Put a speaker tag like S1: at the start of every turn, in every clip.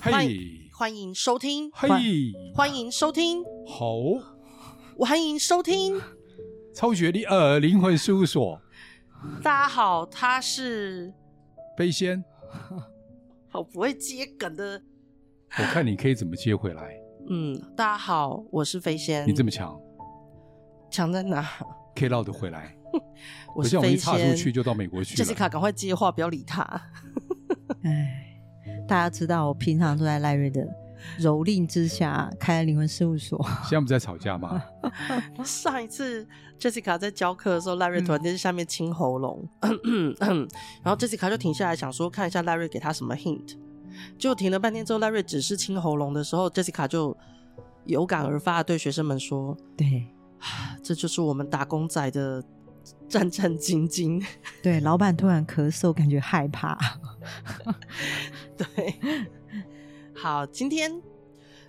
S1: 欢
S2: 嘿，
S1: 欢迎收听，
S2: 嘿，
S1: 欢迎收听，
S2: 好，
S1: 欢迎收听。
S2: 超学历二灵魂事务所，
S1: 大家好，他是
S2: 飞仙，
S1: 好不会接梗的，
S2: 我看你可以怎么接回来，
S1: 嗯，大家好，我是飞仙。
S2: 你这么强，
S1: 强在哪？
S2: 可以绕得回来，
S1: 我
S2: 不啊
S1: 是
S2: 像我一
S1: 飞
S2: 岔出
S1: 仙。
S2: 去就到美国去了。
S1: Jessica，赶快接话，不要理他。
S3: 哎，大家知道我平常都在赖瑞的蹂躏之下开了灵魂事 务所，
S2: 现在不是在吵架吗？
S1: 嗯上一次 Jessica 在教课的时候，赖瑞
S3: 嗯
S1: 突然间在下面清喉咙， 然后 Jessica 就停下来想说看一下赖瑞给他什么 hint，结果停了半天之后，赖瑞只是清喉咙的时候，Jessica 就有感而发的对学生们说：“
S3: 对
S1: 这就是我们打工仔的战战兢兢。
S3: 对，老板突然咳嗽，感觉害怕。
S1: 对，好，今天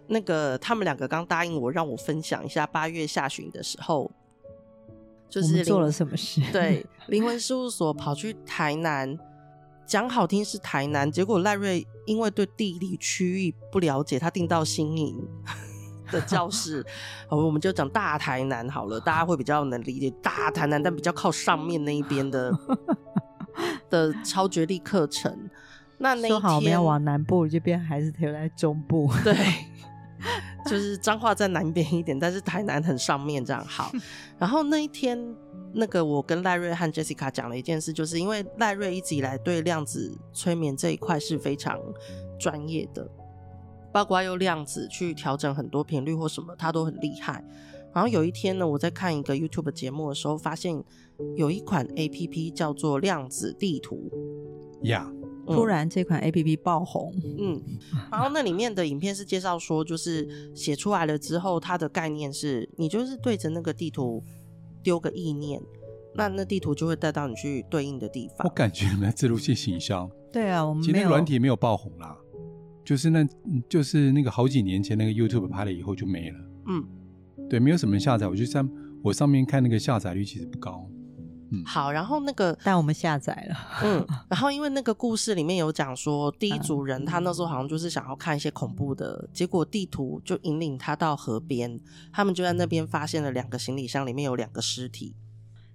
S1: 那个他们两个刚答应我，让我分享一下八月下旬的时候，就
S3: 我
S1: 是
S3: 们做
S1: 灵
S3: 了什么事？
S1: 对灵魂事务所跑去台南，讲好听是台南，结果赖瑞因为对地理区域不了解，他订到新营 的教室，好我们就讲大台南好了，大家会比较能理解大台南，但比较靠上面那一边 的的超觉力课程。那那一
S3: 说好我们
S1: 天
S3: 要往南部，就变还是留在中部。
S1: 对，就是彰化在南边一点，但是台南很上面这样。好，然后那一天，那个我跟赖瑞和 Jessica 讲了一件事，就是因为赖瑞一直以来对量子催眠这一块是非常专业的，包括用量子去调整很多频率或什么，他都很厉害。然后有一天呢，我在看一个 YouTube 节目的时候，发现有一款 A P P 叫做量子地图。
S2: 呀，
S1: 嗯
S3: 突然这款 A P P 爆红，
S1: 嗯，然后那里面的影片是介绍说，就是写出来了之后，它的概念是你就是对着那个地图丢个意念，那那地图就会带到你去对应的地
S2: 我
S1: 方。
S2: 感觉你们在自入性行销，
S3: 对啊，
S1: 嗯
S3: 我们
S2: 其
S3: 没
S2: 实
S3: 有
S2: 软体没有爆红啦，就是那，就是那个好几年前那个 YouTube 拍了以后就没了。
S1: 嗯，
S2: 对，没有什么下载，我就上我上面看那个下载率其实不高。
S1: 好，然后那个
S3: 但我们下载了。
S1: 嗯，然后因为那个故事里面有讲说，第一组人他那时候好像就是想要看一些恐怖的，结果地图就引领他到河边，他们就在那边发现了两个行李箱，里面有两个尸体。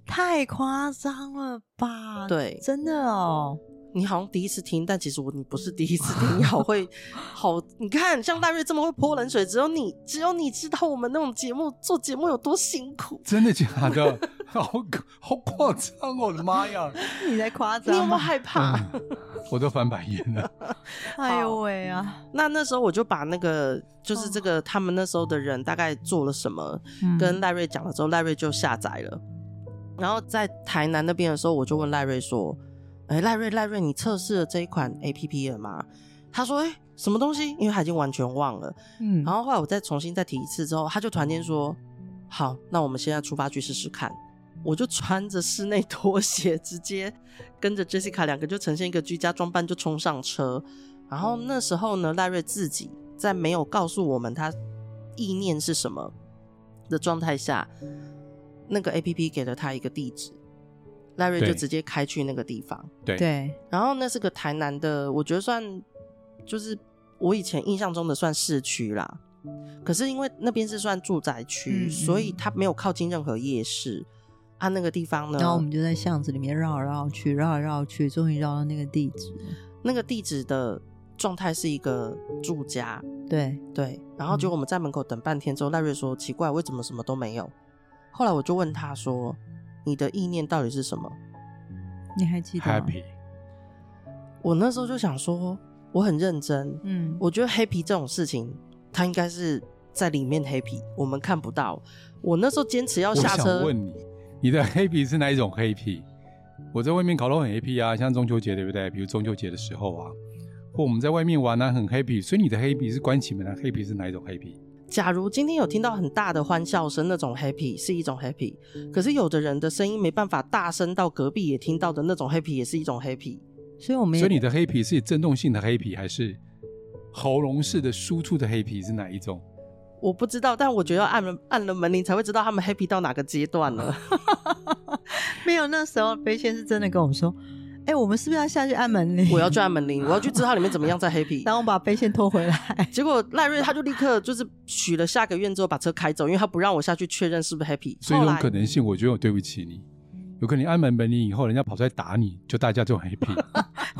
S3: 太夸张了吧？
S1: 对
S3: 真的哦，
S1: 你好像第一次听，但其实我你不是第一次听，你好会好，你看像大瑞这么会泼冷水，只有你只有你知道我们那种节目做节目有多辛苦。
S2: 真的假的？ 好好夸张哦！我的妈呀！嗯
S3: 你在夸
S1: 你有
S3: 张
S1: 没有
S3: 吗？
S1: 害怕？
S2: 我都翻白眼了。
S3: 哎呦喂啊！
S1: 那那时候我就把那个，就是这个他们那时候的人大概做了什么，嗯
S3: 嗯
S1: 跟赖瑞讲了之后，赖瑞就下载了。然后在台南那边的时候，我就问赖瑞说：“哎，赖瑞，赖瑞，你测试了这一款 A P P 了吗？”他说：“哎，什么东西？”因为他已经完全忘了。
S3: 嗯，
S1: 然后后来我再重新再提一次之后，他就突然间说：“好，那我们现在出发去试试看。”我就穿着室内拖鞋，直接跟着 Jessica 两个就呈现一个居家装扮，就冲上车。然后那时候呢，赖瑞自己在没有告诉我们他意念是什么的状态下，那个 A P P 给了他一个地址，赖瑞就
S2: 对
S1: 直接开去那个地方。
S2: 对，
S3: 对，
S1: 然后那是个台南的，我觉得算就是我以前印象中的算市区啦。可是因为那边是算住宅区，
S3: 嗯嗯
S1: 所以它没有靠近任何夜市。啊，那个地方呢？
S3: 然后我们就在巷子里面绕来绕去，绕来绕去，终于绕到那个地址。
S1: 那个地址的状态是一个住家，
S3: 对，
S1: 对。然后结果我
S3: 嗯
S1: 们在门口等半天之后，赖瑞说：“奇怪，为什么什么都没有？”后来我就问他说：“你的意念到底是什么
S3: 你还记得吗
S2: Happy，？”
S1: 我那时候就想说，我很认真，
S3: 嗯，
S1: 我觉得黑皮这种事情，他应该是在里面黑皮，我们看不到。我那时候坚持要
S2: 我
S1: 下
S2: 想
S1: 车，
S2: 问你，你的黑皮是哪一种黑皮？我在外面搞得很黑皮啊，像中秋节对不对？比如中秋节的时候啊，或我们在外面玩啊，很黑皮。所以你的黑皮是关起门来，黑皮是哪一种黑皮？
S1: 假如今天有听到很大的欢笑声，那种 happy 是一种 happy，可是有的人的声音没办法大声到隔壁也听到的那种 happy 也是一种 happy。
S3: 所以我们也
S2: 所以你的黑皮是震动性的黑皮，还是喉咙式的输出的黑皮是哪一种？
S1: 我不知道，但我觉得要按了按了门铃才会知道他们 happy 到哪个阶段了。
S3: 没有，那时候飞仙是真的跟我们说，哎、我们是不是要下去按门铃？
S1: 我要去按门铃，我要去知道里面怎么样再 happy。
S3: 然后我把杯先拖回来。
S1: 结果赖瑞他就立刻就是许了下个愿之后把车开走，因为他不让我下去确认是不是 happy。
S2: 所以
S1: 后
S2: 这种
S1: 来
S2: 可能性，我觉得我对不起你。有可能你按门门铃以后，人家跑出来打你，就大家就很 happy。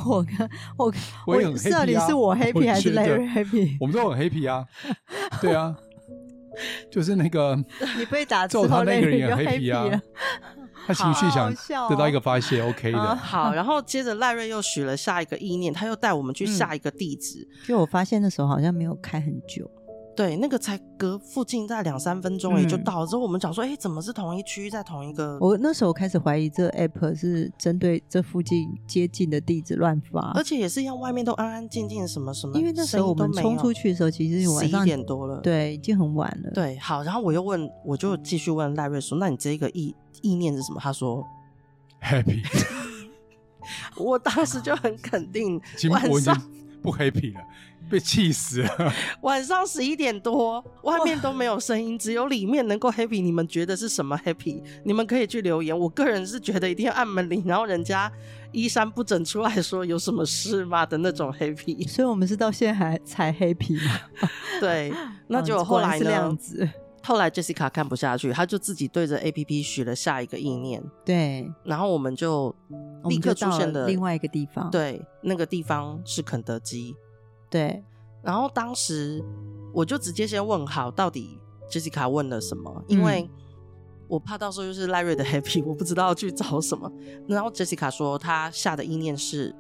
S3: 我跟我
S2: 我也很
S3: 是到
S2: happy
S3: 底
S2: 啊
S3: 是我 happy 还
S2: 觉
S3: 是
S2: 得
S3: Larry happy？
S2: 我们都很 happy 啊，对啊，就是那个
S3: 你被打之
S2: 揍
S3: 后
S2: 他那个人
S3: Larry
S2: 也
S3: 又
S2: 很
S3: happy
S2: happy
S3: 了
S2: 啊，， 他情绪想
S3: 笑哦
S2: 得到一个发泄，OK 的
S3: 啊。
S1: 嗯好，然后接着赖瑞又许了下一个意念，他又带我们去
S3: 嗯
S1: 下一个地址。
S3: 就我发现那时候好像没有开很久，
S1: 对，那个才隔附近在两三分钟也
S3: 嗯
S1: 就到了。之后我们讲说，哎、怎么是同一区，在同一个？
S3: 我那时候开始怀疑这 app 是针对这附近接近的地址乱发
S1: 而，且也是一样，外面都安安静静，什么什么，
S3: 因为那时候我们冲出去的时候，其实是
S1: 十
S3: 晚
S1: 一
S3: 上
S1: 点多了。
S3: 对，已经很晚了。，
S1: 对，好，然后我又问，我就继续问赖瑞说，那你这个意意念是什么？他说，
S2: happy，
S1: 我当时就很肯定
S2: 已，经
S1: 晚
S2: 我已经
S1: 上
S2: 不 happy 了，被气死了。
S1: 晚上十一点多，外面都没有声音，只有里面能够 happy。你们觉得是什么 happy？你们可以去留言。我个人是觉得一定要按门铃，然后人家衣衫不整出来说有什么事吗的那种 happy。
S3: 所以我们是到现在还才 happy 嘛？
S1: 对，那就
S3: 嗯
S1: 后
S3: 果然
S1: 来
S3: 是那样
S1: 呢？
S3: 子，
S1: 后来 Jessica 看不下去，她就自己对着 A P P 许了下一个意念，
S3: 对，
S1: 然后我们就
S3: 我
S1: 立
S3: 们
S1: 刻
S3: 就
S1: 出
S3: 到
S1: 现的
S3: 了另外一个地方。
S1: 对，那个地方是肯德基。
S3: 对，
S1: 然后当时我就直接先问好，到底 Jessica 问了什么？因为我怕到时候就是赖瑞的 happy，我不知道去找什么。然后 Jessica 说她下的意念是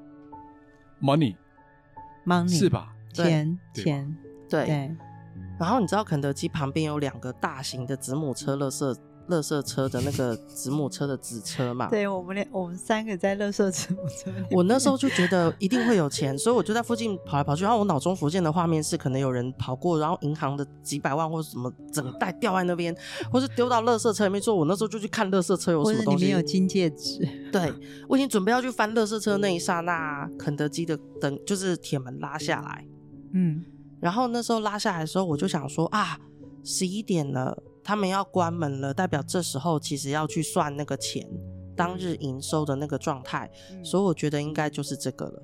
S2: Money
S3: ，money
S2: 是？吧？
S1: 对
S3: 钱
S2: 对吧
S3: 钱，
S1: 对。
S3: 对，
S1: 然后你知道肯德基旁边有两个大型的子母车、垃圾垃圾车的那个子母车的子车嘛？
S3: 对我们俩，我们三个在乐色车，
S1: 我那时候就觉得一定会有钱，所以我就在附近跑来跑去。然后我脑中浮现的画面是，可能有人跑过，然后银行的几百万或者什么整袋掉在那边，或是丢到垃圾车里面。说我那时候就去看垃圾车有
S3: 或
S1: 什
S3: 者
S1: 么
S3: 里
S1: 东
S3: 面
S1: 西
S3: 有。金戒 指，
S1: 对，我已经准备要去翻垃圾车那一刹那，肯德基的灯就是铁门拉下来。
S3: 嗯，
S1: 然后那时候拉下来的时候，我就想说啊，十一点了，他们要关门了，代表这时候其实要去算那个钱，当日营收的那个状态。所以我觉得应该就是这个了。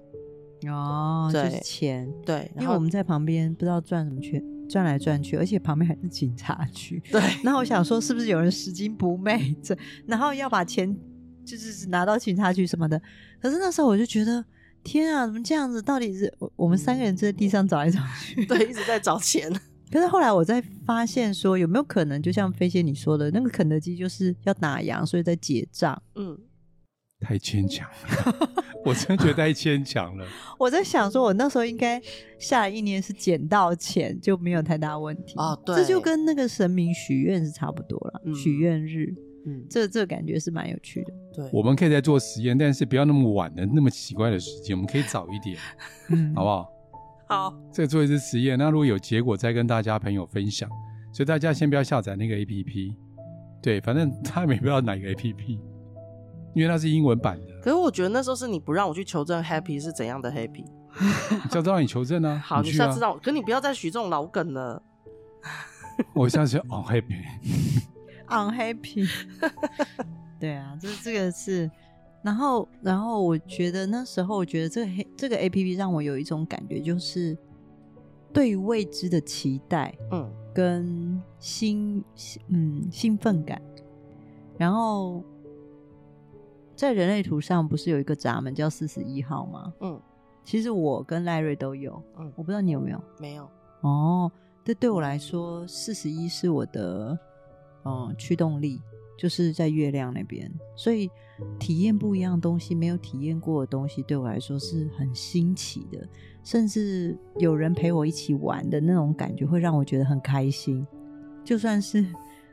S3: 哦，就
S1: 对
S3: 是钱，
S1: 对，然
S3: 因
S1: 后
S3: 为我们在旁边不知道转什么圈，转来转去，而且旁边还是警察局。
S1: 对
S3: 那我想说，是不是有人拾金不昧这，然后要把钱就是拿到警察局什么的？可是那时候我就觉得，天啊，怎么这样子？到底是我我们三个人就在地上找来找 去？
S1: 嗯对，一直在找钱。
S3: 可是后来我在发现说，有没有可能就像飞仙你说的，那个肯德基就是要打烊，所以在结账。
S1: 嗯，
S2: 太牵强了， 我真觉得太牵强了。
S3: 我在想说，我那时候应该下一年是捡到钱，就没有太大问题
S1: 哦对
S3: 这就跟那个神明许愿是差不多了，
S1: 嗯
S3: 许愿日，
S1: 嗯，
S3: 这这感觉是蛮有趣 的。
S1: 对，
S2: 我们可以再做实验，但是不要那么晚的，那么奇怪的时间，我们可以早一点，
S3: 嗯
S2: 好不啊好？
S1: 好，
S2: 再做一次实验，那如果有结果再跟大家朋友分享。所以大家先不要下载那个 APP，对，反正他也不知道哪个 APP，因为它是英文版的，
S1: 可是我觉得那时候是你不让我去求证 happy 是怎样的 happy。
S2: 叫让你求证啊。
S1: 好，你
S2: 去
S1: 下
S2: 啊
S1: 次。让我，可你不要再许这种老梗了。
S2: 我下次哦，happy，
S3: ，unhappy。对啊，这这个是，然后然后我觉得那时候我觉得这个黑这个 A P P 让我有一种感觉，就是对于未知的期待
S1: 嗯，
S3: 跟兴嗯兴奋感，然后。在人类图上不是有一个闸门叫四十一号吗？
S1: 嗯，
S3: 其实我跟赖瑞都有，
S1: 嗯
S3: 我不知道你有没有。
S1: 没有，
S3: 哦，这对我来说，四十一是我的嗯驱动力，就是在月亮那边，所以体验不一样的东西，没有体验过的东西，对我来说是很新奇的，甚至有人陪我一起玩的那种感觉，会让我觉得很开心。就算是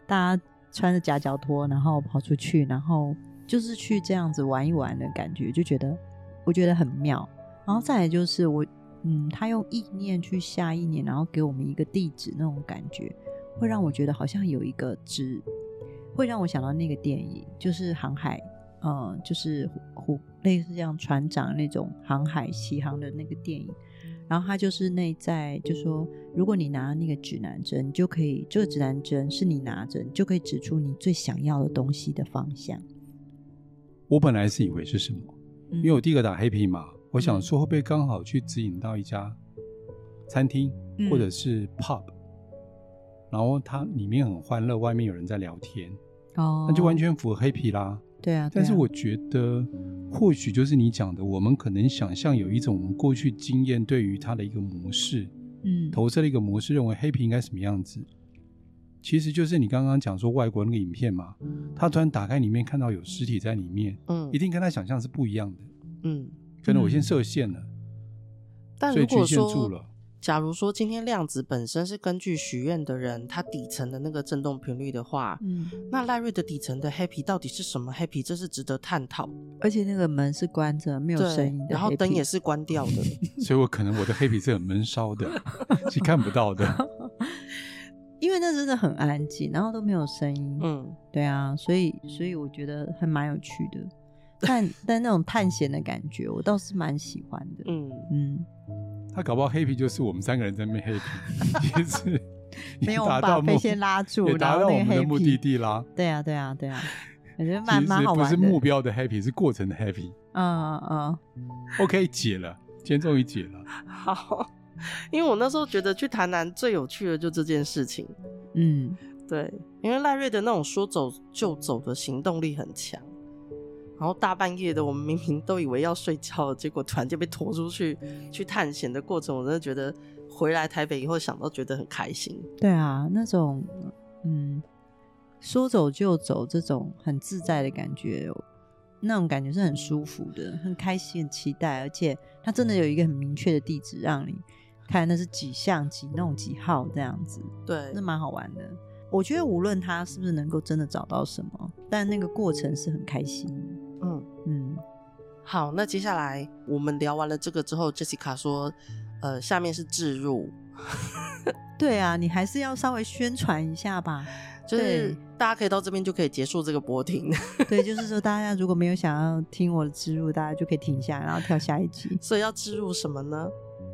S3: 大家穿着夹脚拖，然后跑出去，然后就是去这样子玩一玩的感觉，就觉得我觉得很妙。然后再来就是我，嗯，他用意念去下意念，然后给我们一个地址那种感觉，会让我觉得好像有一个指，会让我想到那个电影，就是航海，呃，就是虎类似像船长那种航海奇航的那个电影。然后他就是内在，就说如果你拿那个指南针，你就可以这个指南针是你拿着，你就可以指出你最想要的东西的方向。
S2: 我本来是以为是什么，
S3: 因
S2: 因为我第一个打黑啤嘛，我
S1: 嗯
S2: 想说会不会刚好去指引到一家餐厅
S4: 嗯
S2: 或者是 pub，、然后它里面很欢乐，外面有人在聊天，
S3: 哦，
S2: 那就完全符合黑啤啦。
S3: 对啊。
S2: 但是
S3: 对啊
S2: 我觉得，或许就是你讲的，我们可能想象有一种我们过去经验对于它的一个模式，
S3: 嗯
S2: 投射了一个模式，认为黑皮应该什么样子。其实就是你刚刚讲说外国那个影片嘛，他突然打开里面看到有尸体在里面，
S1: 嗯
S2: 一定跟他想象是不一样的。
S1: 嗯。
S2: 可能我先
S3: 嗯
S2: 设限了，
S1: 但
S2: 所
S1: 如
S2: 以
S1: 果
S2: 局限住
S1: 说
S2: 了，
S1: 假如说今天量子本身是根据许愿的人他底层的那个振动频率的话，
S3: 嗯，
S1: 那赖瑞的底层的 happy 到底是什么 happy？这是值得探讨。
S3: 而且那个门是关着，没有声
S1: 对
S3: 音的，
S1: 然后
S3: happy
S1: 灯也是关掉的。
S2: 所以我可能我的黑皮是很闷烧 的，是看不到的。
S3: 因为那真的很安静，然后都没有声音。
S1: 嗯，
S3: 对啊，所以所以我觉得还蛮有趣 的，但但那种探险的感觉，我倒是蛮喜欢的。
S1: 嗯，
S3: 嗯，
S2: 他搞不好黑皮就是我们三个人在那边黑皮， 其实也
S3: 没有
S2: 达
S3: 把
S2: 到
S3: 被
S2: 目
S3: 先拉住，
S2: 也
S3: 然
S2: 达
S3: 后
S2: 到
S3: 那
S2: 我
S3: 个
S2: 们
S3: 黑
S2: 的目的
S3: 皮。
S2: 地啦。
S3: 对啊，对啊， 对啊，我觉得蛮
S2: 其
S3: 蛮
S2: 实
S3: 好
S2: 不
S3: 玩
S2: 是
S3: 的。
S2: 目标的 happy，是过程的 happy。
S3: 嗯嗯
S2: OK，解了，今天终于解了。
S1: 好。 因为我那时候觉得去台南最有趣的就这件事情，
S3: 嗯，
S1: 对，因为赖瑞的那种说走就走的行动力很强，然后大半夜的，我们明明都以为要睡觉了，结果突然就被拖出去去探险的过程，我真的觉得回来台北以后想到觉得很开心。
S3: 对啊，那种嗯说走就走这种很自在的感觉，那种感觉是很舒服的，很开心、很期待，而且它真的有一个很明确的地址让你看，那是几巷几弄几号这样子。
S1: 对
S3: 那，蛮好玩的。我觉得无论他是不是能够真的找到什么，但那个过程是很开心的。
S1: 嗯，
S3: 嗯，
S1: 好，那接下来我们聊完了这个之后，Jessica 说，呃，下面是置入，
S3: 对啊，你还是要稍微宣传一下吧。
S1: 就是
S3: 对
S1: 大家可以到这边就可以结束这个播听，
S3: 对，就是说大家如果没有想要听我的植入，大家就可以停下来，然后跳下一集。
S1: 所以要置入什么呢？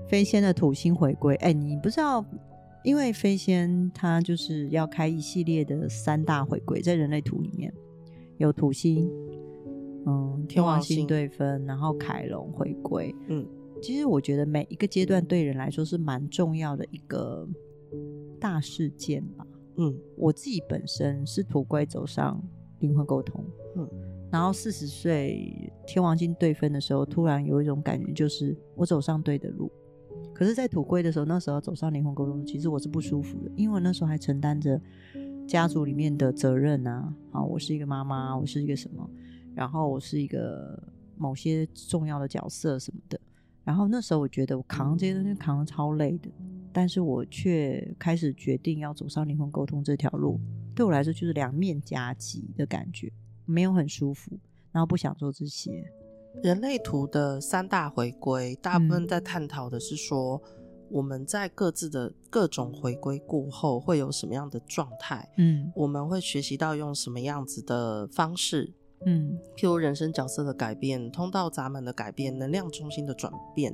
S3: 飞仙的土星回归，哎，你不知道，因为飞仙它就是要开一系列的三大回归，在人类图里面有土星，嗯，天
S1: 天
S3: 王
S1: 王星
S3: 星对分，然后凯龙回归，
S1: 嗯，
S3: 其实我觉得每一个阶段对人来说是蛮重要的一个大事件吧。
S1: 嗯
S3: 我自己本身是土龟走上灵魂沟通，
S1: 嗯
S3: 嗯，然后四十岁天王星对分的时候，突然有一种感觉，就是我走上对的路。可是，在土龟的时候，那时候走上灵魂沟通，其实我是不舒服的，因为我那时候还承担着家族里面的责任啊，啊，我是一个妈妈，我是一个什么，然后我是一个某些重要的角色什么的。然后那时候我觉得我扛这些东西扛得超累的，但是我却开始决定要走上灵魂沟通这条路。对我来说，就是两面夹击的感觉，没有很舒服，然后不想做这些。
S1: 人类图的三大回归，大部分
S3: 嗯
S1: 在探讨的是说，我们在各自的各种回归过后会有什么样的状态，
S3: 嗯
S1: 我们会学习到用什么样子的方式，
S3: 嗯
S1: 譬如人生角色的改变、通道闸门的改变、能量中心的转变，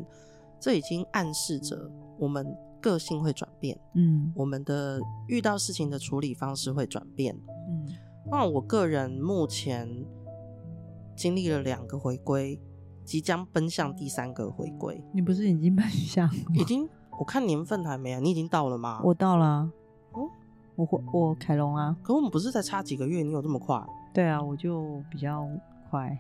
S1: 这已经暗示着我们个性会转变，
S3: 嗯
S1: 我们的遇到事情的处理方式会转变。
S3: 嗯
S1: 那我个人目前经历了两个回归，即将奔向第三个回归，
S3: 你不是已经奔 向了
S1: 已
S3: 吗？
S1: 经我看年份还没啊，你已经到了吗？
S3: 我到了啊、
S1: 哦
S3: 我会我凯龙啊，
S1: 可我们不是才差几个月，你有这么快？
S3: 对啊，我就比较快。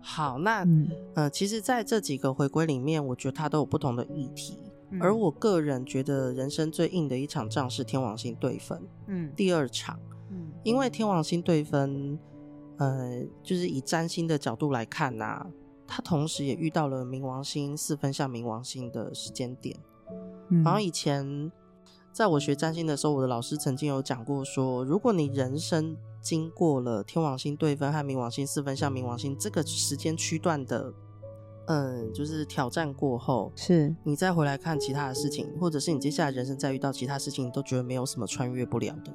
S1: 好，那、
S3: 嗯，
S1: 呃，其实在这几个回归里面，我觉得它都有不同的议题。
S3: 嗯
S1: 而我个人觉得，人生最硬的一场仗是天王星对分
S3: 嗯
S1: 第二场，
S3: 嗯
S1: 因为天王星对分，呃，就是以占星的角度来看呐、它同时也遇到了冥王星四分向冥王星的时间点。
S3: 嗯
S1: 然后以前在我学占星的时候，我的老师曾经有讲过说，如果你人生经过了天王星对分和冥王星四分向冥王星这个时间区段的，嗯，就是挑战过后，
S3: 是
S1: 你再回来看其他的事情，或者是你接下来人生再遇到其他事情，你都觉得没有什么穿越不了的。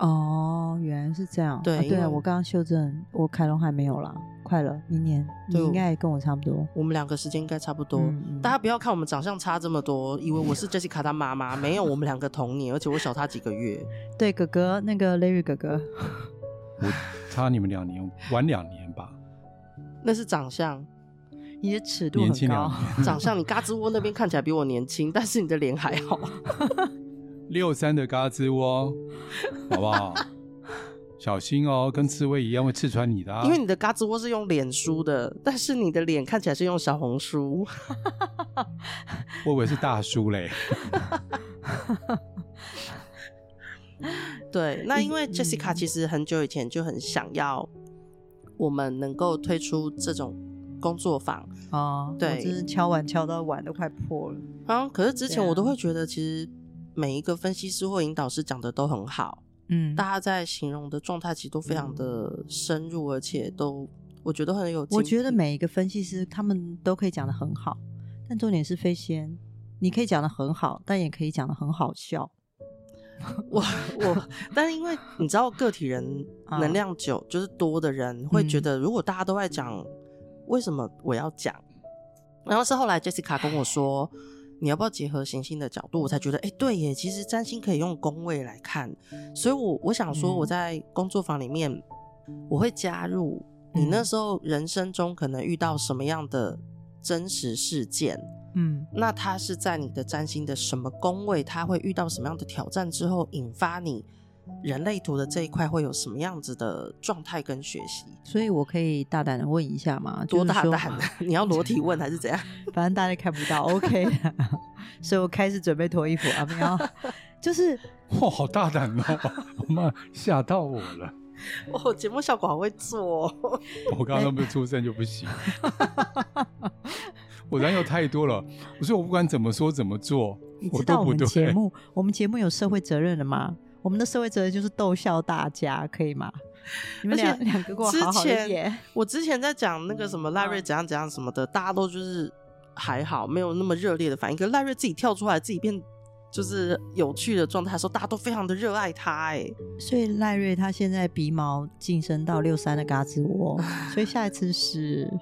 S3: 哦，原来是这样。
S1: 对
S3: 啊、对
S1: 因为
S3: 啊，我刚刚修正，我凯龙还没有啦，快了，明年你
S1: 对
S3: 应该也跟我差不多。
S1: 我们两个时间应该差不多。
S3: 嗯嗯
S1: 大家不要看我们长相差这么多，以为我是 Jessica 她妈 妈，没有，我们两个同年，而且我小她几个月。
S3: 对哥哥，那个 Larry 哥哥，
S2: 我差你们两年，晚两年吧。
S1: 那是长相，
S3: 你的尺度
S2: 年
S3: 很
S2: 轻两
S3: 高，
S2: 年。
S1: 长相，你嘎吱窝那边看起来比我年轻， 但是你的脸还好。
S2: 六三的嘎吱窝，好不好？ 小心哦，跟刺猬一样会刺穿你的、啊。
S1: 因为你的嘎吱窝是用脸书的，但是你的脸看起来是用小红书。
S2: 我以为是大叔嘞，
S1: 对，那因为
S3: 嗯
S1: Jessica 其实很久以前就很想要我们能够推出这种工作坊，
S3: 哦，
S1: 对
S3: 我真是敲碗敲到碗都快破了。
S1: 啊，可是之前
S3: 对啊
S1: 我都会觉得，其实每一个分析师或引导师讲的都很好，
S3: 嗯，
S1: 大家在形容的状态其实都非常的深入，而且都我觉得很有精辟。
S3: 我觉得每一个分析师他们都可以讲的很好，但重点是飞仙，你可以讲的很好，但也可以讲的很好笑。
S1: 我我，但是因为你知道个体 人
S3: 啊
S1: 能量久、就是多的人会觉
S3: 嗯
S1: 得，如果大家都在讲，为什么我要讲？然后是后来 Jessica 跟我说，你要不要结合行星的角度？我才觉得，哎、对耶，其实占星可以用宫位来看，所以我我想说，
S3: 嗯
S1: 我在工作坊里面我会加入你那
S3: 嗯
S1: 时候人生中可能遇到什么样的真实事件，
S3: 嗯
S1: 那它是在你的占星的什么宫位，它会遇到什么样的挑战之后，引发你人类图的这一块会有什么样子的状态跟学习？
S3: 所以我可以大胆的问一下嘛，
S1: 多
S3: 就是
S1: 大
S3: 说
S1: 胆？啊 你要裸体问还是怎样？
S3: 反正大家看不到，OK 的。所以我开始准备脱衣服啊，没 有，就是
S2: 哇，好大胆哦！ 我妈吓到我了，
S1: 哦，节目效果好会做、哦，
S2: 我刚刚都没出声就不行。
S3: 哎
S2: 我燃油太多了，所以我不管怎么说怎么做
S3: 你，
S2: 我
S3: 知道
S2: 都
S3: 我
S2: 不
S3: 们节
S2: 对。
S3: 目，我们节目有社会责任的吗？我们的社会责任就是逗笑大家，可以吗？你们
S1: 而且
S3: 两两个给我
S1: 之
S3: 好好的
S1: 前
S3: 演，
S1: 我之前在讲那个什么赖
S3: 嗯
S1: 瑞怎样怎样什么的，大家都就是还好，没有那么热烈的反应。可是赖瑞自己跳出来，自己变就是有趣的状态的时候，大家都非常的热爱他、哎，
S3: 所以赖瑞他现在鼻毛晋升到六三的嘎吱窝，所以下一次是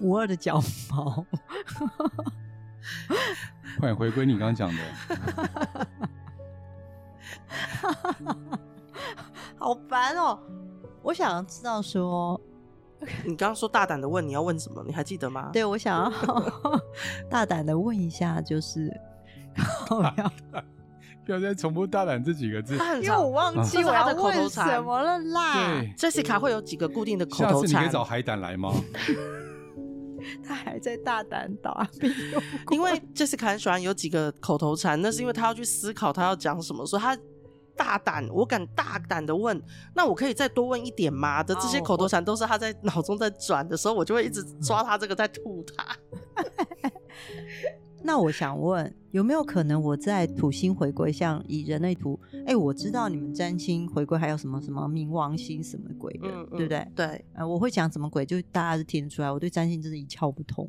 S3: 五二的脚毛。
S2: 快点回归你刚刚讲的，
S3: 好烦哦！我想知道说，
S1: 你刚刚说大胆的问你要问什么，你还记得吗？
S3: 对我想要大胆的问一下，就是。靠腰
S2: 不要再重复“大胆”这几个字。
S1: 他很
S3: 因为我
S1: 常
S3: 忘记
S1: 这是
S3: 我
S1: 他
S3: 要
S1: 的口头
S3: 问
S1: 禅
S3: 什么了啦。
S2: 对，
S1: Jessica 会有几个固定的口
S2: 下
S1: 头
S2: 次你可以
S1: 禅，
S2: 找海胆来吗？
S3: 他还在大胆打比
S1: 因为 Jessica 很喜欢有几个口头禅，那是因为她要去思考她要讲什么，所以她大胆，我敢大胆的问，那我可以再多问一点吗？的这些
S3: 哦
S1: 口头禅都是她在脑中在转的时候，我就会一直抓她这个在吐她。
S3: 那我想问，有没有可能我在土星回归，像以人类图？哎、我知道你们占星回归还有什么什么冥王星什么鬼的，
S1: 嗯，嗯
S3: 对不对？
S1: 对，
S3: 呃，我会讲什么鬼，就大家是听得出来，我对占星真是一窍不通。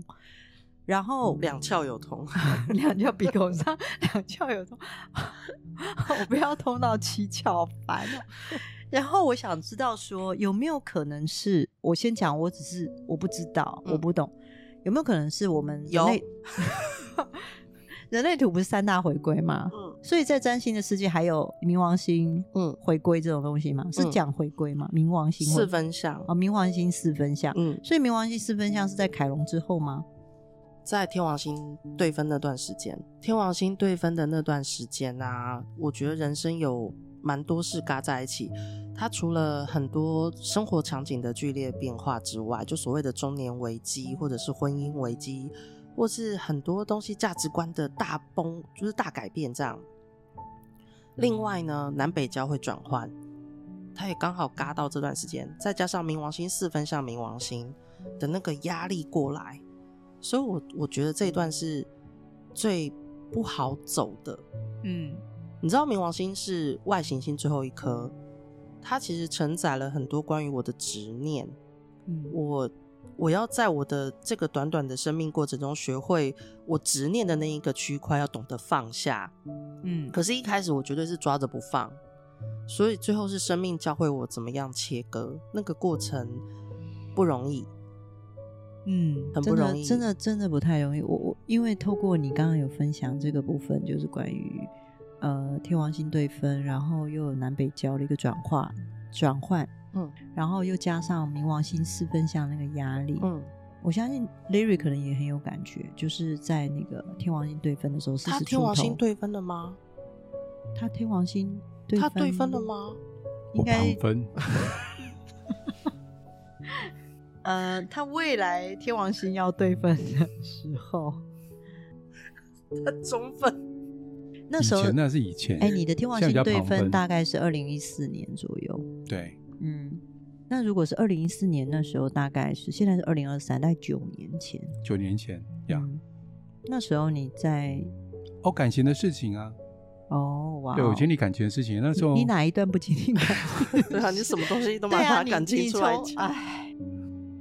S3: 然后
S1: 哦两窍有通。
S3: 两窍鼻孔上， 两窍有通，我不要通到七窍，烦哦。然后我想知道说，有没有可能是我先讲，我只是我不知道，
S1: 嗯
S3: 我不懂，有没有可能是我们人
S1: 有
S3: 类人类图不是三大回归吗？
S1: 嗯
S3: 所以在占星的世界还有冥王星
S1: 嗯，
S3: 回归这种东西吗？是
S1: 嗯
S3: 讲回归吗？冥王星
S1: 四
S3: 回
S1: 分享
S3: 啊、。冥王星四分相，
S1: 嗯，
S3: 所以冥王星四分相是在凯龙之后吗？
S1: 在天王星对分那段时间，天王星对分的那段时间啊，我觉得人生有蛮多事嘎在一起。它除了很多生活场景的剧烈变化之外，就所谓的中年危机，或者是婚姻危机，或是很多东西价值观的大崩，就是大改变这样。另外呢，南北交会转换，它也刚好嘎到这段时间，再加上冥王星四分像冥王星的那个压力过来，所以我我觉得这一段是最不好走的。
S3: 嗯，
S1: 你知道冥王星是外行星最后一颗，它其实承载了很多关于我的执念，
S3: 嗯
S1: 我我要在我的这个短短的生命过程中学会我执念的那一个区块要懂得放下，
S3: 嗯
S1: 可是，一开始我绝对是抓着不放，所以最后是生命教会我怎么样切割，那个过程不容易。
S3: 嗯，
S1: 很
S3: 真
S1: 不
S3: 的
S1: 容易
S3: 真的真的不太容易。我我因为透过你刚刚有分享这个部分，就是关于呃天王星对分，然后又有南北交的一个转化转换，
S1: 嗯
S3: 然后又加上冥王星四分相那个压力，
S1: 嗯
S3: 我相信 Larry 可能也很有感觉，就是在那个天王星对分的时候，
S1: 他
S3: 40
S1: 天王
S3: 出头
S1: 星，对分了吗？
S3: 他天王星对
S1: 他对分了？吗？
S3: 应
S2: 我
S3: 该
S2: 旁分，
S3: 呃，他未来天王星要对分的时候，
S1: 他中 分。
S3: 那
S2: 以
S3: 时候
S2: 前那是以前。
S3: 哎，你的天王
S2: 现
S3: 星
S2: 在比较
S3: 对
S2: 旁
S3: 分
S2: 分
S3: 大概是二零一四年左右，
S2: 对，
S3: 嗯，那如果是二零一四年那时候，大概是现在是二零二三，大概九年前
S2: 九年前呀。
S3: 嗯那时候你在
S2: 哦，感情的事情啊，
S3: 哦哇哦，
S2: 对我经历感情的事情，那时候
S3: 你你哪一段不经历感情？
S1: 对啊，你什么东西都把
S3: 对啊，
S1: 它
S3: 你
S1: 感情
S3: 你
S1: 出来
S3: 从
S1: 讲。
S3: 哎，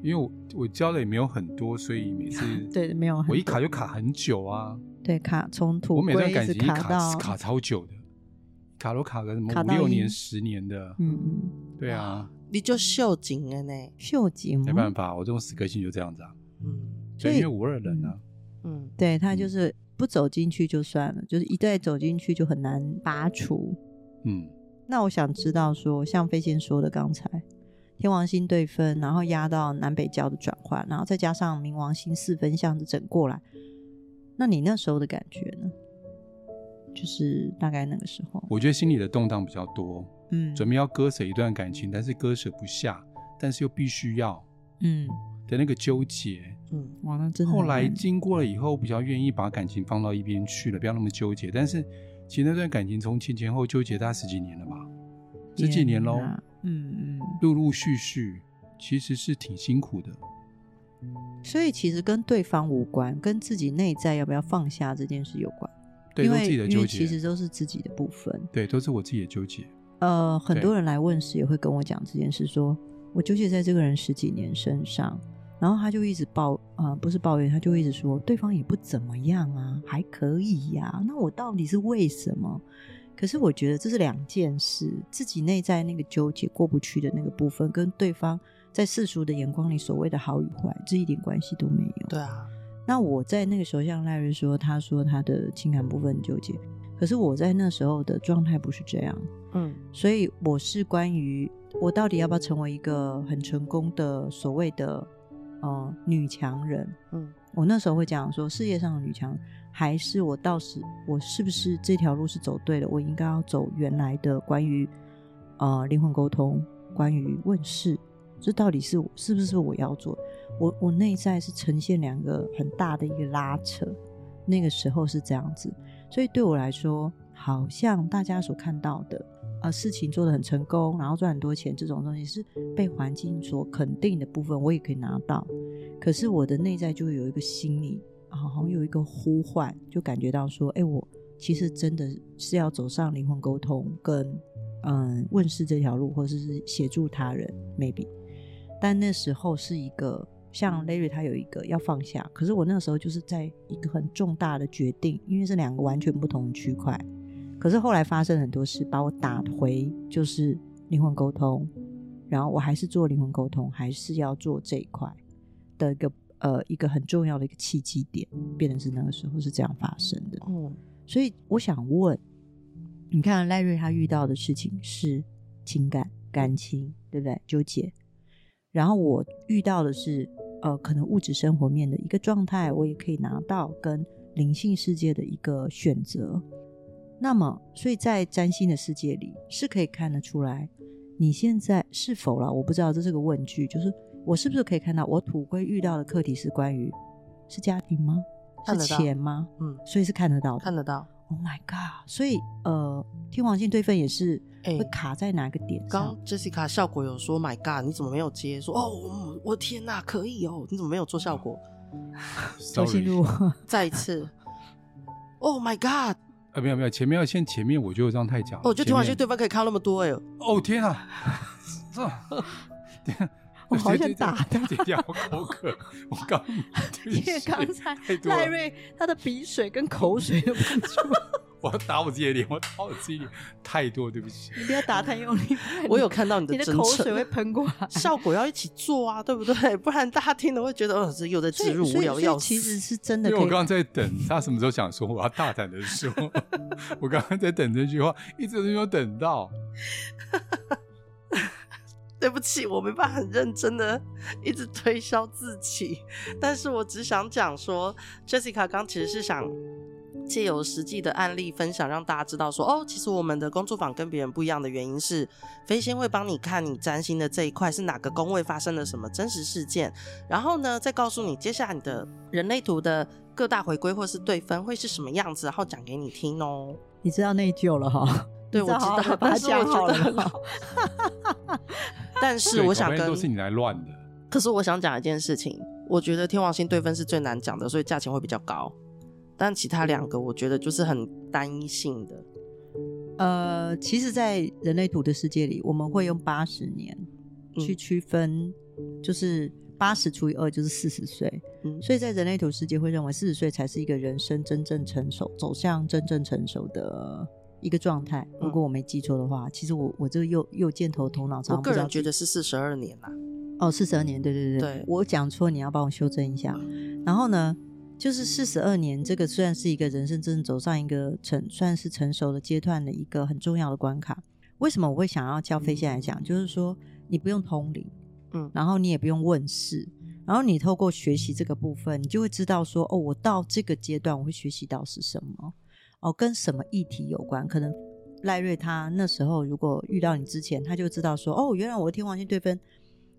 S2: 因为我我教的也没有很多，所以每次
S3: 对，没有很多，
S2: 我一卡就卡很久啊，
S3: 对卡从土
S2: 我每段
S3: 龟
S2: 感
S3: 一直
S2: 情一
S3: 卡
S2: 卡
S3: 到
S2: 是卡超久的，卡都卡个什么
S3: 卡
S2: 五
S3: 到
S2: 六
S3: 一
S2: 年、十年的，
S3: 嗯嗯
S2: 对啊，
S1: 你就秀景了呢。
S3: 秀景，
S2: 没办法，我这种死个性就这样子啊，
S1: 嗯
S2: 所
S3: 所
S2: 以
S3: 以
S2: 因为五二人啊，
S1: 嗯，
S3: 对他就是不走进去就算了，就是一再走进去就很难拔除。
S2: 嗯，
S3: 那我想知道说，像飞仙说的刚才，天王星对分，然后压到南北交的转换，然后再加上冥王星四分相的整过来，那你那时候的感觉呢？就是大概那个时候，
S2: 我觉得心里的动荡比较多，
S3: 嗯
S2: 准备要割舍一段感情，但是割舍不下，但是又必须要
S3: 嗯，
S2: 的那个纠结。
S1: 嗯，
S3: 哇，那真的
S2: 后
S3: 很
S2: 来
S3: 难
S2: 经过了以后，比较愿意把感情放到一边去了，不要那么纠结。但是其实那段感情从前前后纠结大概十几年了吧，十几年喽，
S3: 天哪啊嗯嗯，
S2: 陆陆续续其实是挺辛苦的。
S3: 所以其实跟对方无关，跟自己内在要不要放下这件事有关，
S2: 对，
S3: 因
S2: 都
S3: 为
S2: 自己的
S3: 因
S2: 纠
S3: 为其实
S2: 结，
S3: 都是自己的部分。
S2: 对，都是我自己的纠结。
S3: 呃，很
S2: 对
S3: 多人来问时也会跟我讲这件事说，我纠结在这个人十几年身上，然后他就一直抱啊、呃不是抱怨，他就一直说对方也不怎么样啊，还可以呀、那我到底是为什么？可是我觉得这是两件事，自己内在那个纠结过不去的那个部分，跟对方在世俗的眼光里所谓的好与坏，这一点关系都没有。
S1: 对啊，
S3: 那我在那个时候，像赖瑞说，他说他的情感部分纠结，可是我在那时候的状态不是这样，
S1: 嗯
S3: 所以我是关于我到底要不要成为一个很成功的所谓的呃女强人，
S1: 嗯
S3: 我那时候会讲说，世界上的女强，还是我到时我是不是这条路是走对的？我应该要走原来的关于呃灵魂沟通，关于问世，这到底是我是不是我要做？我我内在是呈现两个很大的一个拉扯，那个时候是这样子，所以对我来说，好像大家所看到的。呃，事情做得很成功，然后赚很多钱，这种东西是被环境所肯定的部分，我也可以拿到。可是我的内在就有一个心理啊，好像有一个呼唤，就感觉到说，哎、我其实真的是要走上灵魂沟通跟嗯问世这条路，或者是协助他人，maybe。但那时候是一个像 Larry 他有一个要放下，可是我那时候就是在一个很重大的决定，因为是两个完全不同的区块。可是后来发生很多事，把我打回就是灵魂沟通，然后我还是做灵魂沟通，还是要做这一块。的一个呃一个很重要的一个契机点，变成是那个时候是这样发生的。
S1: 嗯，
S3: 所以我想问，你看赖瑞他遇到的事情是情感、感情，对不对？纠结。然后我遇到的是呃，可能物质生活面的一个状态，我也可以拿到跟灵性世界的一个选择。那么，所以在占星的世界里是可以看得出来，你现在是否啦？我不知道，这是个问句，就是我是不是可以看到我土龟遇到的课题是关于是家庭吗？
S1: 看
S3: 是
S1: 得到
S3: 钱吗？
S1: 嗯，
S3: 所以是看得到的。
S1: 看得到。
S3: Oh my god！所以呃，天王星对分也是
S1: 哎
S3: 会卡在哪个点上？
S1: 刚 Jessica 效果有说，My God，你怎么没有接？说哦，我我天哪，可以哦，你怎么没有做效果？
S3: 周心
S2: Sorry，
S3: 路
S1: 再一 次，Oh my God，
S2: 啊，没有没有，前面要先前面，我觉得这样太假了。
S1: 哦，我觉得
S2: 前
S1: 天王
S2: 面
S1: 星对方可以看到那么多哎、
S2: 哦天啊！ 这天啊
S3: 我好
S2: 对
S3: 想
S2: 对对
S3: 打他
S2: 对掉我口渴，我 刚对
S3: 因
S2: 不
S3: 为
S2: 起
S3: 刚才
S2: 太多了
S3: 赖瑞他的鼻水跟口水都喷出来，
S2: 我要打我自己的脸，我打我自己的脸，太多，对不起。
S3: 你不要打太用力。
S1: 我有看到你
S3: 你的
S1: 真
S3: 口水会
S1: 诚，
S3: 喷过来。
S1: 效果要一起做啊，对不对？ 不然大家听了会觉得，哦，这又在
S3: 所
S1: 植
S3: 以，
S1: 入
S3: 所
S1: 无
S3: 以
S1: 聊
S3: 所
S1: 要
S3: 以
S1: 死。
S3: 其实是真的
S2: 因为
S3: 可
S2: 我
S3: 以
S2: 刚。刚在等他什么时候想说，我要大胆的说， 我刚刚在等这句话，一直都没有等到。
S1: 对不起，我没办法很认真的一直推销自己，但是我只想讲说，Jessica 刚其实是想借由实际的案例分享，让大家知道说，哦，其实我们的工作坊跟别人不一样的原因是，飞仙会帮你看你占星的这一块是哪个宫位发生了什么真实事件，然后呢，再告诉你接下来你的人类图的各大回归或是对分会是什么样子，然后讲给你听哦。
S3: 你知道内疚了哈。
S1: 对，我
S3: 你好好
S1: 道，
S3: 把它
S1: 但是我
S3: 讲好
S1: 觉得很
S3: 了
S1: 好。。但是
S2: 对
S1: 我想
S2: 搞半天
S1: 跟
S2: 都是你来乱的，
S1: 可是我想讲一件事情，我觉得天王星对分是最难讲的，所以价钱会比较高。但其他两个我觉得就是很单一性的，
S3: 呃，其实，在人类图的世界里，我们会用八十年
S1: 嗯
S3: 去区分，就是八十除以二就是四十岁，
S1: 嗯，
S3: 所以在人类图世界会认为四十岁才是一个人生真正成熟、走向真正成熟的一个状态。如果我没记错的话，其实我我这个右右箭头头脑
S1: 嗯我
S3: 常常不
S1: 个
S3: 知道
S1: 人
S3: 自己
S1: 觉得是四十二年啦，
S3: 哦，四十二年，对对对，
S1: 对嗯
S3: 我讲错，你要帮我修正一下。然后呢，就是四十二年，这个虽然是一个人生真正走上一个成算是成熟的阶段的一个很重要的关卡。为什么我会想要叫飞线来讲？就是说，你不用通灵，
S1: 嗯
S3: 然后你也不用问世，然后你透过学习这个部分，你就会知道说，哦，我到这个阶段我会学习到是什么，哦，跟什么议题有关，可能。赖瑞他那时候如果遇到你之前，他就知道说，哦，原来我的天王星对分，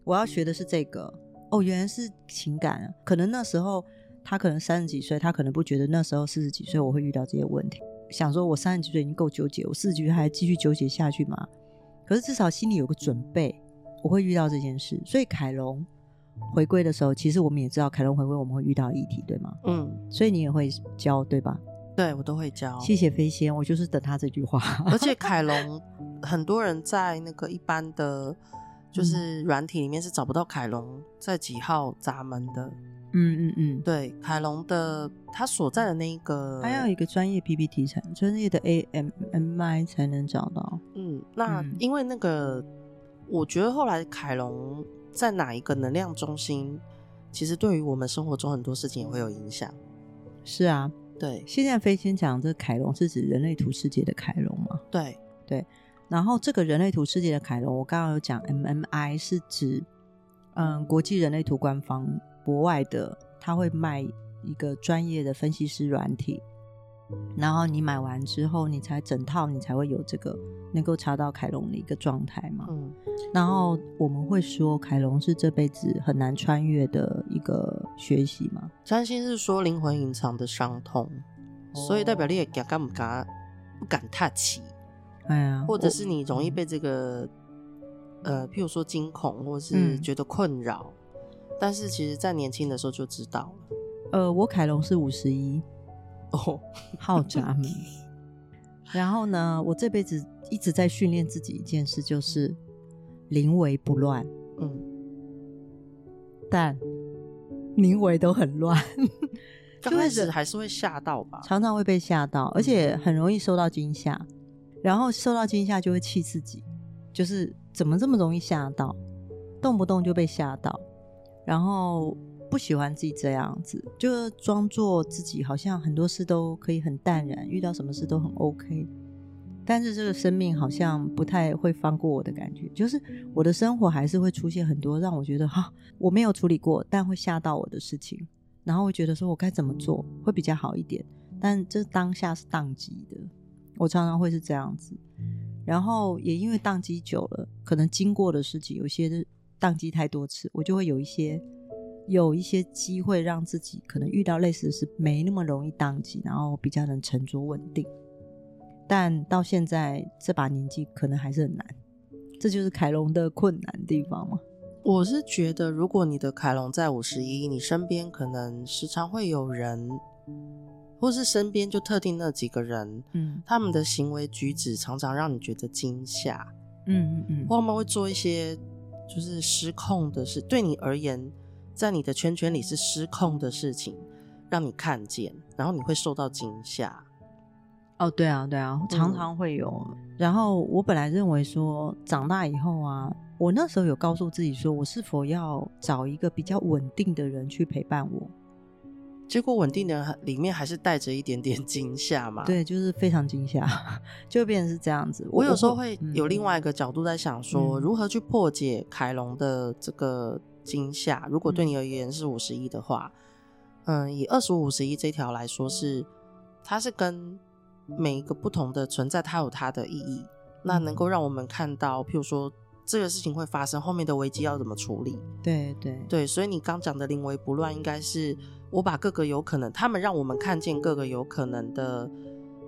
S3: 我要学的是这个，哦，原来是情感啊。可能那时候他可能三十几岁，他可能不觉得那时候四十几岁我会遇到这些问题，想说我三十几岁已经够纠结，我四十几岁还继续纠结下去吗？可是至少心里有个准备，我会遇到这件事。所以凯龙回归的时候，其实我们也知道凯龙回归我们会遇到议题，对吗？
S1: 嗯，
S3: 所以你也会教，对吧？
S1: 对我都会教。
S3: 谢谢飞仙，我就是等他这句话。
S1: 而且凯龙，很多人在那个一般的
S3: 嗯
S1: 就是软体里面是找不到凯龙在几号闸门的。
S3: 嗯嗯嗯。
S1: 对，凯龙的他所在的那一个，
S3: 还要一个专业 PPT 才专业的 AMMI 才能找到。
S1: 嗯，那
S3: 嗯
S1: 因为那个，我觉得后来凯龙在哪一个能量中心，其实对于我们生活中很多事情也会有影响。
S3: 是啊，
S1: 对
S3: 现在飞仙讲这个凯龙是指人类图世界的凯龙嘛？
S1: 对，
S3: 然后这个人类图世界的凯龙，我刚刚有讲 MMI 是指，嗯，国际人类图官方国外的，他会卖一个专业的分析师软体，然后你买完之后，你才整套你才会有这个能够查到凯龙的一个状态嘛。
S1: 嗯
S3: 然后我们会说凯龙是这辈子很难穿越的一个学习嘛。
S1: 占星是说灵魂隐藏的伤痛，所以代
S3: 哦
S1: 表你也敢敢不敢不敢踏起，
S3: 哎呀，
S1: 或者
S3: 我
S1: 是你容易被这个呃，譬如说惊恐，或者是
S3: 嗯
S1: 觉得困扰。但是其实，在年轻的时候就知道了。
S3: 呃，我凯龙是五十一，
S1: 哦，
S3: 好闸门。然后呢，我这辈子一直在训练自己一件事，就是临危不乱，
S1: 嗯，
S3: 但临危都很乱，
S1: 刚
S3: 就会
S1: 开始
S3: 忍
S1: 还是会吓到吧？
S3: 常常会被吓到，而且很容易受到惊吓，然后受到惊吓就会气自己，就是怎么这么容易吓到，动不动就被吓到，然后不喜欢自己这样子，就是装作自己好像很多事都可以很淡然，遇到什么事都很 OK。但是这个生命好像不太会放过我的感觉，就是我的生活还是会出现很多让我觉得哈、我没有处理过，但会吓到我的事情，然后会觉得说我该怎么做会比较好一点。但这当下是宕机的，我常常会是这样子。然后也因为宕机久了，可能经过的事情有些是宕机太多次，我就会有一些有一些机会让自己可能遇到类似的事没那么容易宕机，然后比较能沉着稳定。但到现在这把年纪，可能还是很难，这就是凯龙的困难地方嘛。
S1: 我是觉得，如果你的凯龙在五十一，你身边可能时常会有人，或是身边就特定那几个人，
S3: 嗯
S1: 他们的行为举止常常让你觉得惊吓，
S3: 嗯嗯
S1: 或他们会做一些就是失控的事，对你而言，在你的圈圈里是失控的事情，让你看见，然后你会受到惊吓。
S3: 哦，对啊，对啊，
S1: 嗯
S3: 常常会有。然后我本来认为说，长大以后啊，我那时候有告诉自己说，我是否要找一个比较稳定的人去陪伴我，
S1: 结果稳定的里面还是带着一点点 惊吓嘛。，
S3: 对，就是非常惊吓， 就变成是这样子。
S1: 啊
S3: 嗯
S1: 我有时候会有另外一
S3: 个，
S1: 个角度在想说，
S3: 哦嗯
S1: 如何去破解凯龙的这个惊吓。如果对你而言是五十一的话，嗯，以二十五五十一这条来说是，它是跟每一个不同的存在，它有它的意义。那能够让我们看到，譬如说这个事情会发生，后面的危机要怎么处理。
S3: 对对
S1: 对，所以你刚讲的临危不乱，应该是我把各个有可能，他们让我们看见各个有可能的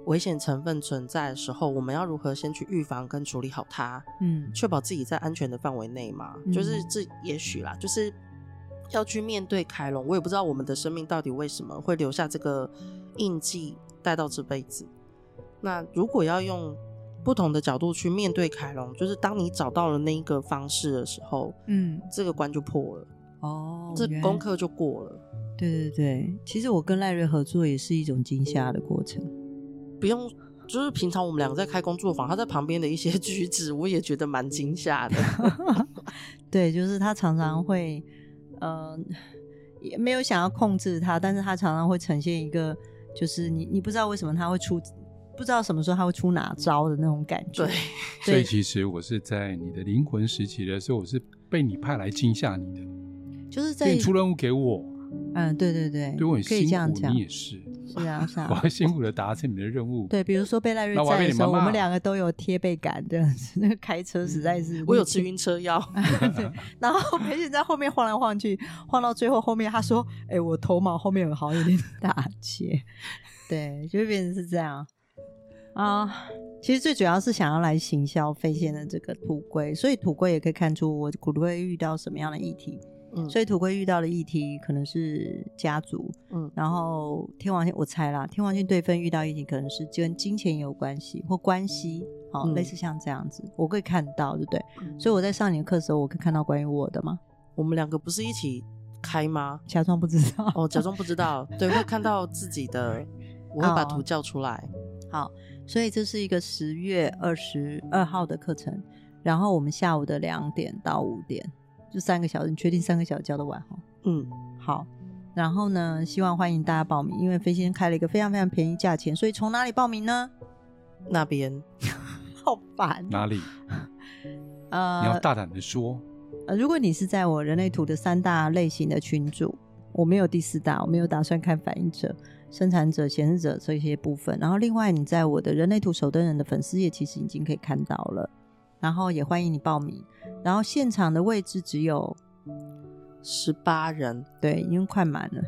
S1: 危险成分存在的时候，我们要如何先去预防跟处理好它，
S3: 嗯
S1: 确保自己在安全的范围内嘛？就是
S3: 嗯
S1: 这也许啦，就是要去面对凯龙。我也不知道我们的生命到底为什么会留下这个印记，带到这辈子。那如果要用不同的角度去面对凯龙，就是当你找到了那一个方式的时候，
S3: 嗯，
S1: 这个关就破了。
S3: 哦，
S1: 这
S3: 原来
S1: 功课就过了，
S3: 对对对，其实我跟赖瑞合作也是一种惊吓的过程。
S1: 不用。就是平常我们两个在开工作坊，他在旁边的一些 举止，我也觉得蛮惊吓 的。
S3: 对，就是他常常会，呃，也没有想要控制他，但是他常常会呈现一个，就是你你不知道为什么他会出，不知道什么时候他会出哪招的那种感觉。
S1: 对，
S2: 所以其实我是在你的灵魂时期的时候，我是被你派来惊吓你的，
S3: 就是
S2: 所以
S3: 在
S2: 你出任务给我，
S3: 嗯，对对对，
S2: 对我很
S3: 可以
S2: 辛
S3: 这样
S2: 苦，
S3: 讲
S2: 你，也是，
S3: 是啊是
S2: 我
S3: 啊。
S2: 要辛苦的达成你的任务。
S3: 对，比如说被赖瑞
S2: 那我还
S3: 在
S2: 被
S3: 的
S2: 你
S3: 时候，
S2: 妈
S3: 我
S2: 骂
S3: 们两个都有贴背感这样子。 那个开车实在是，
S1: 我有吃晕车 药，
S3: 对，然 后培训在后面晃来晃去，晃到最后后面他说：“哎、我头毛后面有好有点打结。”对，就变成是这样啊。其实最主要是想要来行销飞仙的这个土龟，所以土龟也可以看出我土龟遇到什么样的议题。
S1: 嗯，
S3: 所以土龟遇到的议题可能是家族，
S1: 嗯
S3: 然后天王星我猜啦，天王星对分遇到议题可能是跟金钱有关系或关系，好、
S1: 嗯
S3: 类似像这样子，我可以看到，对不对？
S1: 嗯
S3: 所以我在上你的课的时候，我可以看到关于我的嘛，
S1: 我们两个不是一起开吗？
S3: 假装不知道。
S1: 哦，假装不知道，对，会看到自己的，我会把
S3: 哦
S1: 图叫出来。
S3: 好，所以这是一个十月二十二号的课程，然后我们下午的两点到五点，就三个小时，你确定三个小时教得完哈？
S1: 嗯，
S3: 好，然后呢，希望欢迎大家报名，因为飞仙开了一个非常非常便宜价钱，所以从哪里报名呢？
S1: 那边
S3: 好烦。
S2: 哪里？你要
S3: 呃
S2: 大胆的说，
S3: 呃，如果你是在我人类图的三大类型的群组，我没有第四大，我没有打算看反应者、生产者、显示者这些部分。然后另外，你在我的人类图守灯人的粉丝页其实已经可以看到了，然后也欢迎你报名。然后现场的位置只有
S1: 十八人，
S3: 对，已经快满了。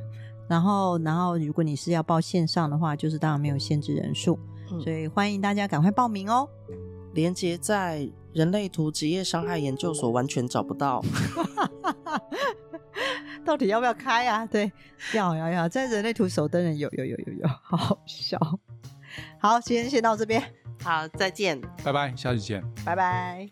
S3: 然后，然后如果你是要报线上的话，就是当然没有限制人数，
S1: 嗯
S3: 所以欢迎大家赶快报名哦。
S1: 连接在人类图职业伤害研究所完全找不到。
S3: 到底要不要开啊？ 对，要要要，在人类图手灯人有有有有有，好好笑。 好，今天先到这边，
S1: 好，再见。
S2: 拜拜，下次见。
S3: 拜拜。